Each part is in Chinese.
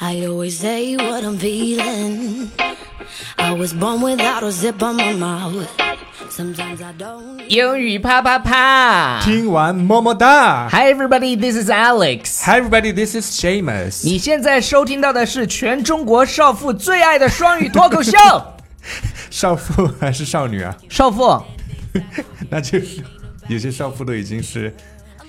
I always say what I'm feeling. I was born without a zip on my mouth. Sometimes I don't. 英语啪啪啪听完么么哒。 ！Hi everybody, this is Alex。 Hi everybody, this is Shamus。你现在收听到的是全中国少妇最爱的双语脱口 秀。少妇还是少女啊？ 少妇，那就是有些少妇都已经是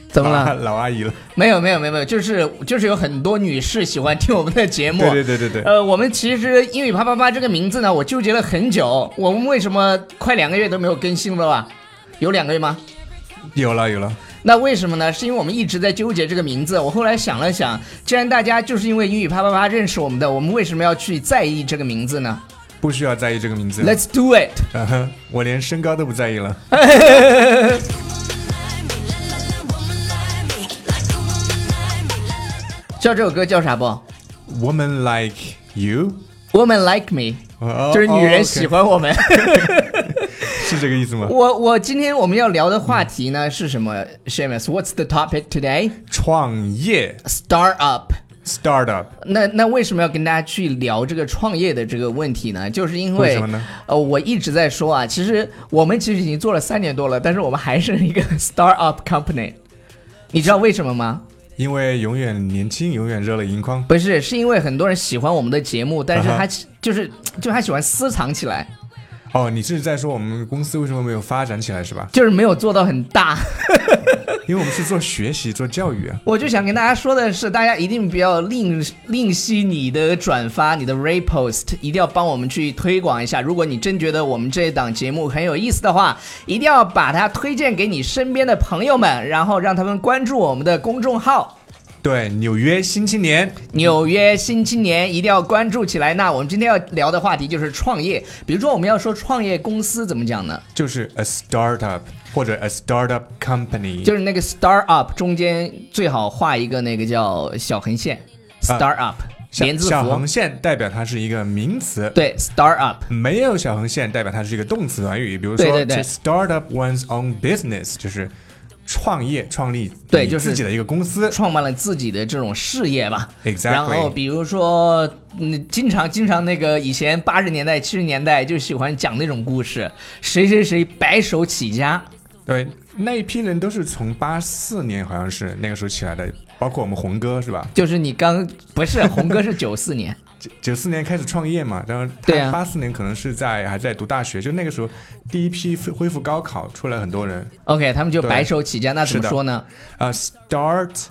怎么老阿了？老阿姨了。没有没有没有没有，就是就是有很多女士喜欢听我们的节目。对对对对对呃，我们其实英语啪啪啪这个名字呢，我纠结了很久。我们为什么快两个月都没有更新了吧？有两个月吗？有了有了，那为什么呢？是因为我们一直在纠结这个名字。我后来想了想，既然大家就是因为英语啪啪啪认识我们的，我们为什么要去在意这个名字呢不需要在意这个名字。 ？Let's do it！嗯哼我连身高都不在意了。知道这首歌叫啥不 Woman like you， ？Woman like me，哦就是女哦人喜欢我们。 ，OK，是这个意思吗？ 我我今天我们要聊的话题呢是什么？Shamus，What's the topic today？Startup。创业 startup，那那为什么要跟大家去聊这个创业的这个问题呢？就是因为为什么呢呃，我一直在说啊，其实我们其实已经做了三年多了，但是我们还是一个 startup company。你知道为什么吗？因为永远年轻，永远热泪盈眶。不是，是因为很多人喜欢我们的节目，但是啊他哈其就是就他喜欢私藏起来，哦，你是在说我们公司为什么没有发展起来是吧？就是没有做到很大。因为我们是做学习、做教育啊。我就想跟大家说的是，大家一定不要吝吝惜你的转发、你的 repost，一定要帮我们去推广一下。如果你真觉得我们这档节目很有意思的话，一定要把它推荐给你身边的朋友们，然后让他们关注我们的公众号。对，纽约新青年。纽约新青年一定要关注起来。那我们今天要聊的话题就是创业，比如说我们要说创业公司怎么讲呢？就是 a startup 或者 a startup company，就是那个 startup 中间最好画一个那个叫小横线啊，startup、小连字符。小横线代表它是一个名词，对，startup。没有小横线代表它是一个动词短语。比如说对对对 to start up one's own business 就是创业、创立对你就是自己的一个公司。创办了自己的这种事业吧。 Exactly 然后比如说，嗯，经常经常那个以前八十年代、七十年代就喜欢讲那种故事，谁谁谁白手起家。对，那一批人都是从八四年好像是那个时候起来的，包括我们红哥是吧？就是你刚不是红哥是九四 年，九九四年开始创业嘛，然后对啊他八四年可能是在还在读大学，就那个时候第一批恢恢复高考出来很多人。 ，OK，他们就对白手起家，那怎是么的说呢？呃 start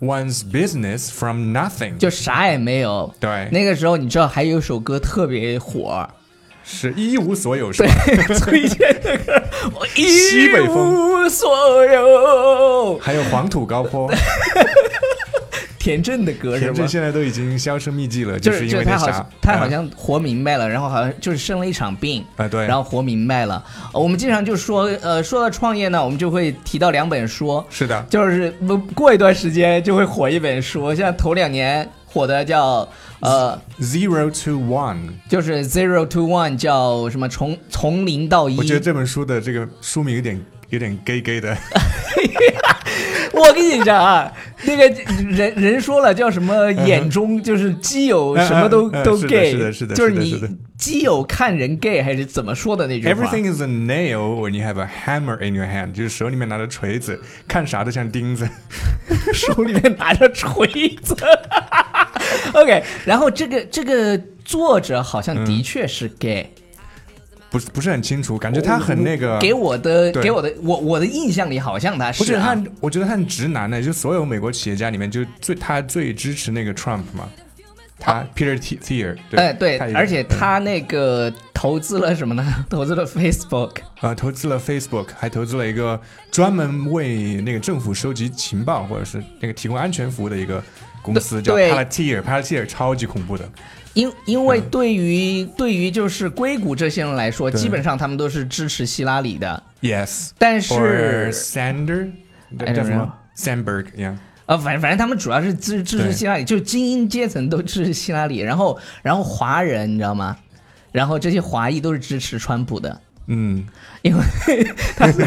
one's business from nothing，就啥也没有。对那个时候你知道还有一首歌特别 火，是一无所有是吧？崔健的歌，我西北一风无所有，还有黄土高 坡，田震的歌是田吗？震现在都已经销声匿迹了，就是是因就为是他那好啥像，他好啊像活明白了，然后好像就是生了一场病啊对然后活明白了。呃我们经常就说，呃，说到创业呢，我们就会提到两本书，是的，就是不过一段时间就会火一本书，像头两年火的叫呃， Zero to One，就是 Zero to One，叫什么从从零到一。我觉得这本书的这个书名有点有点 gay gay 的，我跟你讲啊，那个人人说了叫什么眼中就是基友什么都嗯嗯嗯嗯都是的 gay，是的是的就是是的你是的基友看人 gay 还是怎么说的那句话 Everything is a nail when you have a hammer in your hand，就是手里面拿着锤子，看啥都像钉子。手里面拿着锤子。OK，然后这个这个作者好像的确是 gay，、不是不是很清楚，感觉他很那个，给我的嗯对给我的我我的印象里好像他是、不是他啊。很，我觉得他很直男的，就所有美国企业家里面，就最他最支持那个 Trump 嘛，他 Peter T- Thiel，对，啊哎，对他也，是而且嗯他那个投资了什么呢？ 投资了 Facebook，呃投资了 Facebook，还投资了一个专门为那个政府收集情报或者是那个提供安全服务的一个公司，叫对 Palantir，Palantir 超级恐怖的，因因为对于、对于就是硅谷这些人来说，嗯对基本上他们都是支持希拉里的， Yes，但 or 是 Sander， I don't 叫叫什 know 么 Sandberg，yeah，呃，反反正他们主要是支支持对希拉里，就是精英阶层都支持希拉里，然后然后华人你知道吗？然后这些华裔都是支持川普的，嗯， 因为他因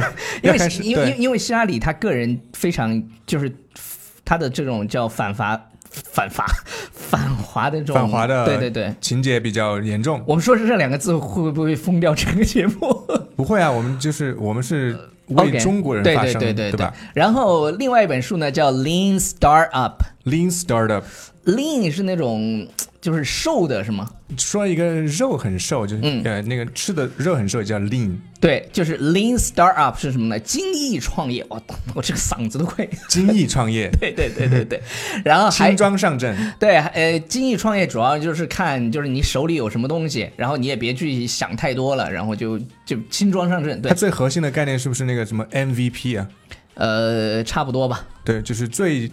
要为开始因为对因为因为希拉里他个人非常就是他的这种叫反法反法反华的这种反华的对对对。情节比较严重。我们说是这两个字会不会封掉整个节目？不会啊，我们就是我们是为呃 OK，中国人对发对声，对对吧然后另外一本书呢叫《Lean Startup》 ？Lean startup， ，Lean 是那种就是瘦的是吗？说一个肉很瘦，就是、嗯呃那个吃的肉很瘦叫 lean，对，就是 Lean Startup 是什么呢？精益创业，我我这个嗓子都快，，精益创业对对对对对。然后 还轻装上阵。对，呃，精益创业主要就是看就是你手里有什么东西，然后你也别去想太多了，然后就就轻装上阵。对它，最核心的概念是不是那个什么 MVP 啊？呃，差不多吧，对，就是最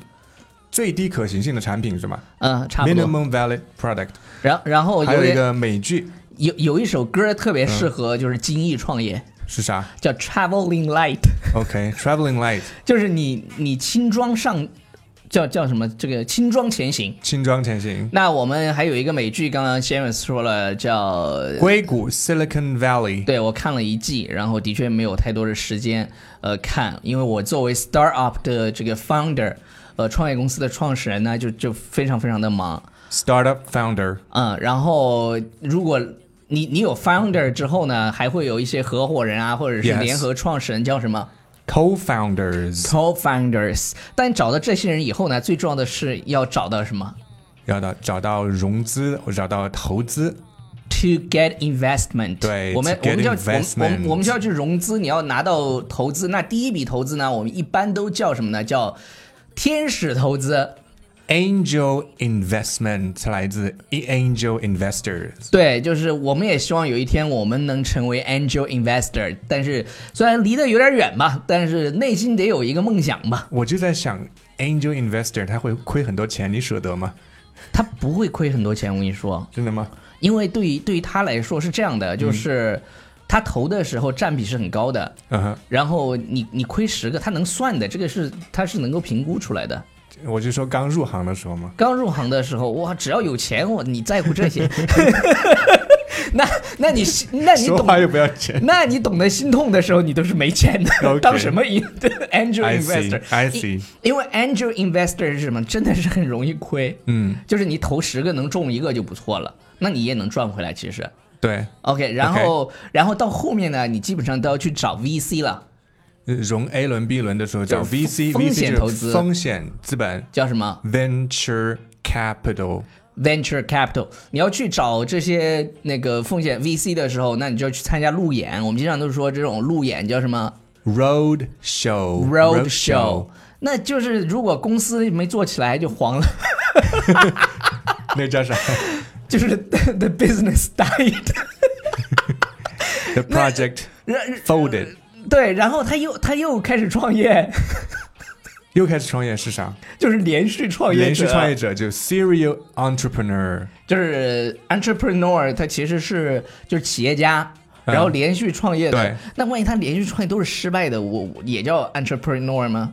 最低可行性的产品是吧嗯、差不多。 ？Minimum Valid Product。然然后还有有一点个嗯美剧有有一首歌特别适合就是精益创业，是啥叫《Traveling Light》， ？OK，Traveling Light，就是你你轻装上，叫叫什么？这个轻装前行。轻装前行。那我们还有一个美剧，刚刚 James 说了叫。硅谷 Silicon Valley，对，我看了一季，然后的确没有太多的时间，呃，看，因为我作为 startup 的这个 founder，呃，创业公司的创始人呢，就就非常非常的忙， startup founder，嗯，然后如果你你有 founder 之后呢，还会有一些合伙人啊，或者是 Yes 联合创始人叫什么 co-founders， co-founders。但找到这些人以后呢，最重要的是要找到什么要到找到融资，找到投资， ？To get investment，对我们 to 我 get 们就要我们我们 investment 我们就要去融资，你要拿到投资。那第一笔投资呢，我们一般都叫什么呢？叫天使投资。 Angel Investment 来自 Angel Investors，对，就是我们也希望有一天我们能成为 angel investor，但是虽然离得有点远吧，但是内心得有一个梦想吧。我就在想，Angel Investor 他会亏很多钱，你舍得吗？他不会亏很多钱，我跟你说，真的吗？因为对于对于他来说是这样嗯的，就是他投的时候占比是很高的，嗯哼，然后你你亏十个，他能算的，这个是他是能够评估出来的。我就说刚入行的时候嘛，刚入行的时候，哇，只要有钱，我你在乎这 些，那那你那哎你说懂话又不要钱。那你懂得心痛的时候，你都是没钱的 OK 当什么 in- 对 angel I investor？ see, I see。因为 angel investor 是什么？真的是很容易亏，嗯， 就是你投十个能中一个就不错了，那你也能赚回来。其实对， ，OK，然后然后到后面呢，你基本上都要去找 VC 了，呃融 A 轮、B 轮的时候就找是 VC，风 VC 险就是投资风险资本叫什么 venture capital。 venture capital。你要去找这些那个风险 VC 的时候，那你就要去参加路演。我们经常都说这种路演叫什么 Road show, road show，那就是如果公司没做起来就黄了。 那叫啥就是 the business died， ？The project 然然 folded，对，然后他又他又开始创业， 又开始创业是啥？就是连续创业者，连续创业者就 serial entrepreneur，就是 entrepreneur，他其实是就是企业家。嗯然后连续创业的，对那万一他连续创业都是失败的，我我也叫 entrepreneur 吗？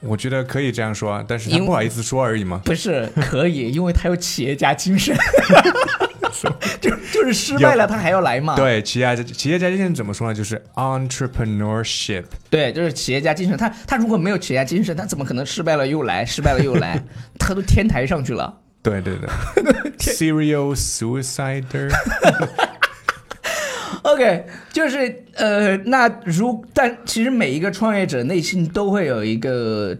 我觉得可以这样说，但是他因为不好意思说而已嘛。不是，可以，因为他有企业家精 神，就就是失败有了他还要来嘛？对，企业家企业家精神怎么说呢？就是 entrepreneurship。对，就是企业家精神。他他如果没有企业家精神，他怎么可能失败了又来，失败了又 来？他都天台上去了。对 对对，serial suicider。 OK，就是呃，那如但其实每一个创业者内心都会有一个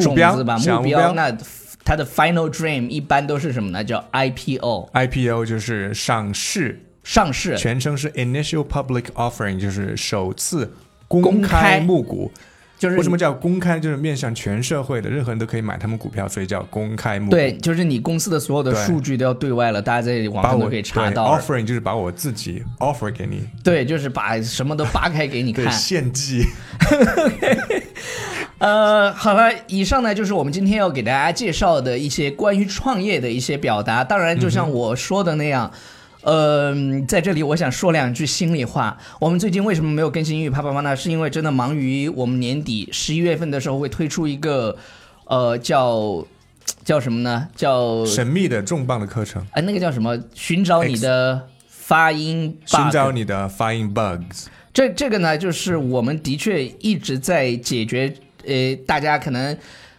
种目标子吧，目小目标那 f- 他的 final dream 一般都是什么呢？叫 IPO IPO 就是上市，上市。全称是 Initial Public Offering，就是首次公公开开募股。就是为什么叫公开？就是面向全社会的，任何人都可以买他们股票，所以叫公开募股。对，就是你公司的所有的对数据都要对外了，大家在网把上我都可以查对到。 offering 就是把我自己 offer 给你， 对，就是把什么都扒开给你对，看。献祭。呃，好了，以上呢就是我们今天要给大家介绍的一些关于创业的一些表达。当然，就像我说的那样。呃，嗯在这里我想说两句心里话。我们最近为什么没有更新英语啪啪啪呢？是因为真的忙于我们年底十一月份的时候会推出一个，呃，叫叫什么呢？叫神秘的重磅的课程，哎、那个叫什么？寻找你的发音 bug，寻找你的 find bugs。这这个呢，就是我们的确一直在解决，呃，大家可能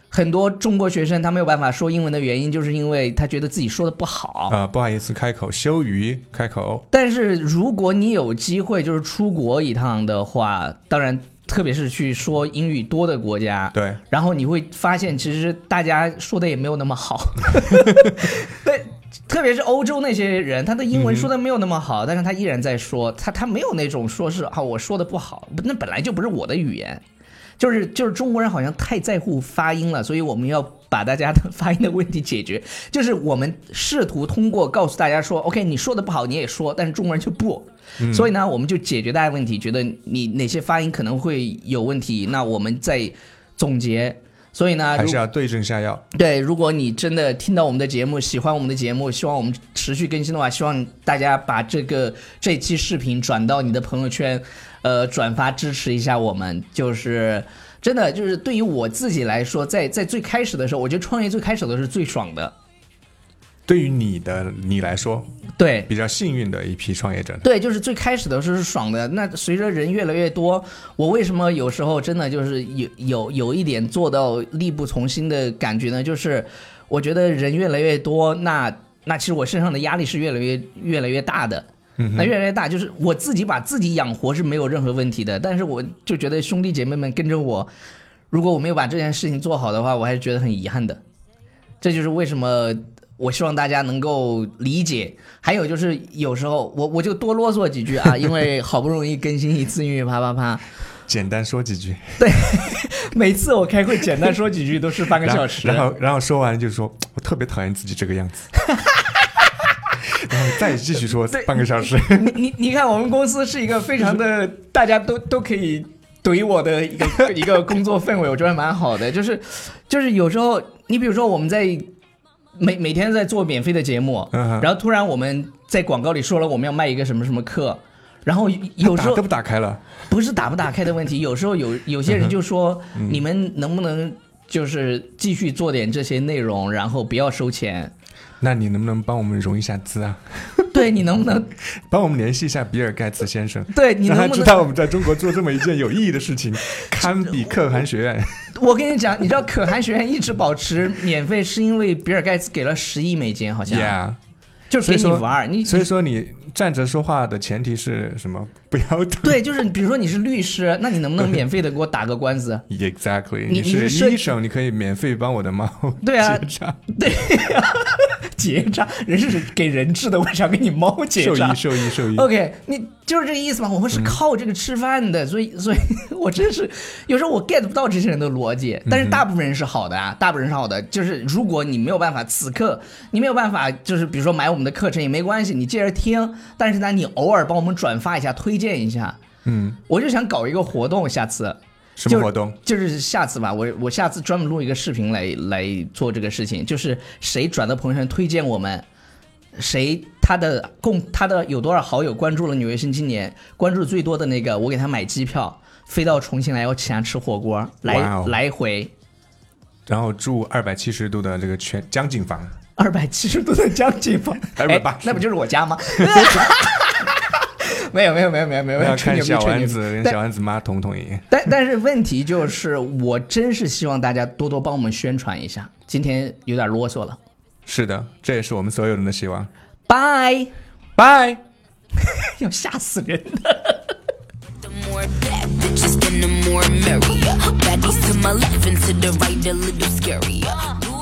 很多中国学生他没有办法说英文的原因，就是因为他觉得自己说的不好。啊、不好意思，开口羞于开口。但是如果你有机会就是出国一趟的话，当然，特别是去说英语多的国家，对，然后你会发现其实大家说的也没有那么好，对。特别是欧洲那些人，他的英文说的没有那么好，但是他依然在说，他他没有那种说是啊我说的不好，不那本来就不是我的语言，就是就是中国人好像太在乎发音了，所以我们要把大家的 发音的问题解决，就是我们试图通过告诉大家说，OK，你说的不好你也说，但是中国人就不，所以呢，我们就解决大家问题，觉得你哪些发音可能会有问题，那我们再总结。所以呢，还如是要对症下药。对，如果你真的听到我们的节目，喜欢我们的节目，希望我们持续更新的话，希望大家把这个这期视频转到你的朋友圈，呃，转发支持一下我们。就是真的，就是对于我自己来说，在在最开始的时候，我觉得创业最开始的是最爽的。对于你的你来说，对，比较幸运的一批创业者，对，就是最开始的时候是爽的，那随着人越来越多，我为什么有时候真的就是有有有一点做到力不从心的感觉呢？就是我觉得人越来越多，那那其实我身上的压力是越来越越来越大的。那越来越大，就是我自己把自己养活是没有任何问题的，但是我就觉得兄弟姐妹们跟着我，如果我没有把这件事情做好的话，我还是觉得很遗憾的。这就是为什么我希望大家能够理解。还有就是有时候我我就多啰嗦几句啊，因为好不容易更新一次英语啪啪 啪，简单说几句，每次我开会简单说几句都是半个然小后时。然后然后说完就说，我特别讨厌自己这个样 子，然后再继续说半个小时。你你你看，我们公司是一个非常的大家都都可以怼我的一个 一个工作氛围，我觉得蛮好的。就是就是有时候，你比如说我们在每每天在做免费的节目，嗯哼然后突然我们在广告里说了我们要卖一个什么什么课，然后有时 打候都不打开了，不是打不打开的 问题，有时候有有些人就说，嗯你们能不能就是继续做点这些内容，然后不要收 钱？那你能不能帮我们融一下资啊？ 对你能不能？帮我们联系一下比尔盖茨先生，对你让他能不知能？道我们在中国做这么一件有意义的 事情，堪比可汗学院。我跟你讲，你知道可汗学院一直保持免费，是因为比尔盖茨给了十亿美金，好像 Yeah，就是所给以你说玩儿。你所以说你站着说话的前提是什么？不要打。对，就是比如说你是律师，那你能不能免费的给我打个官司？ Exactly，你你是设是医生，你可以免费帮我的猫对啊结扎结扎，人是给人治的，为啥给你猫结兽扎医，？兽医，兽医。 OK，你就是这个意思嘛？我们是靠这个吃饭的，所以 所以我真是有时候我 get 不到这些人的逻辑，但是大部分人是好的啊，大部分人是好的。就是如果你没有办法，此刻你没有办法，就是比如说买我们的课程也没关系，你接着听，但是呢，你偶尔帮我们转发一下，推荐一下。嗯，我就想搞一个活动，下次什就么是活动？就是下次吧，我我下次专门录一个视频来来做这个事情，就是谁转到朋友圈推荐我们，谁他的共他的有多少好友关注了《纽约新青年》，关注最多的那个，我给他买机票飞到重庆来，我请他吃火锅，来、哇哦来回然后住二百七十度的这个全江景房，二百七十度的江景房，哎280那不就是我 家吗？ 没有没有没有没有没有，不要吹看牛逼小吹牛丸逼子跟但小丸子妈同同饮。 但但是问题就是，我真是希望大家多多帮我们宣传一下。今天有点啰嗦了，是的，这也是我们所有人的希望。拜， 拜。要吓死人。 The more bad bitches, then the more merrier. Baddies to my left and to the right, a little scarier.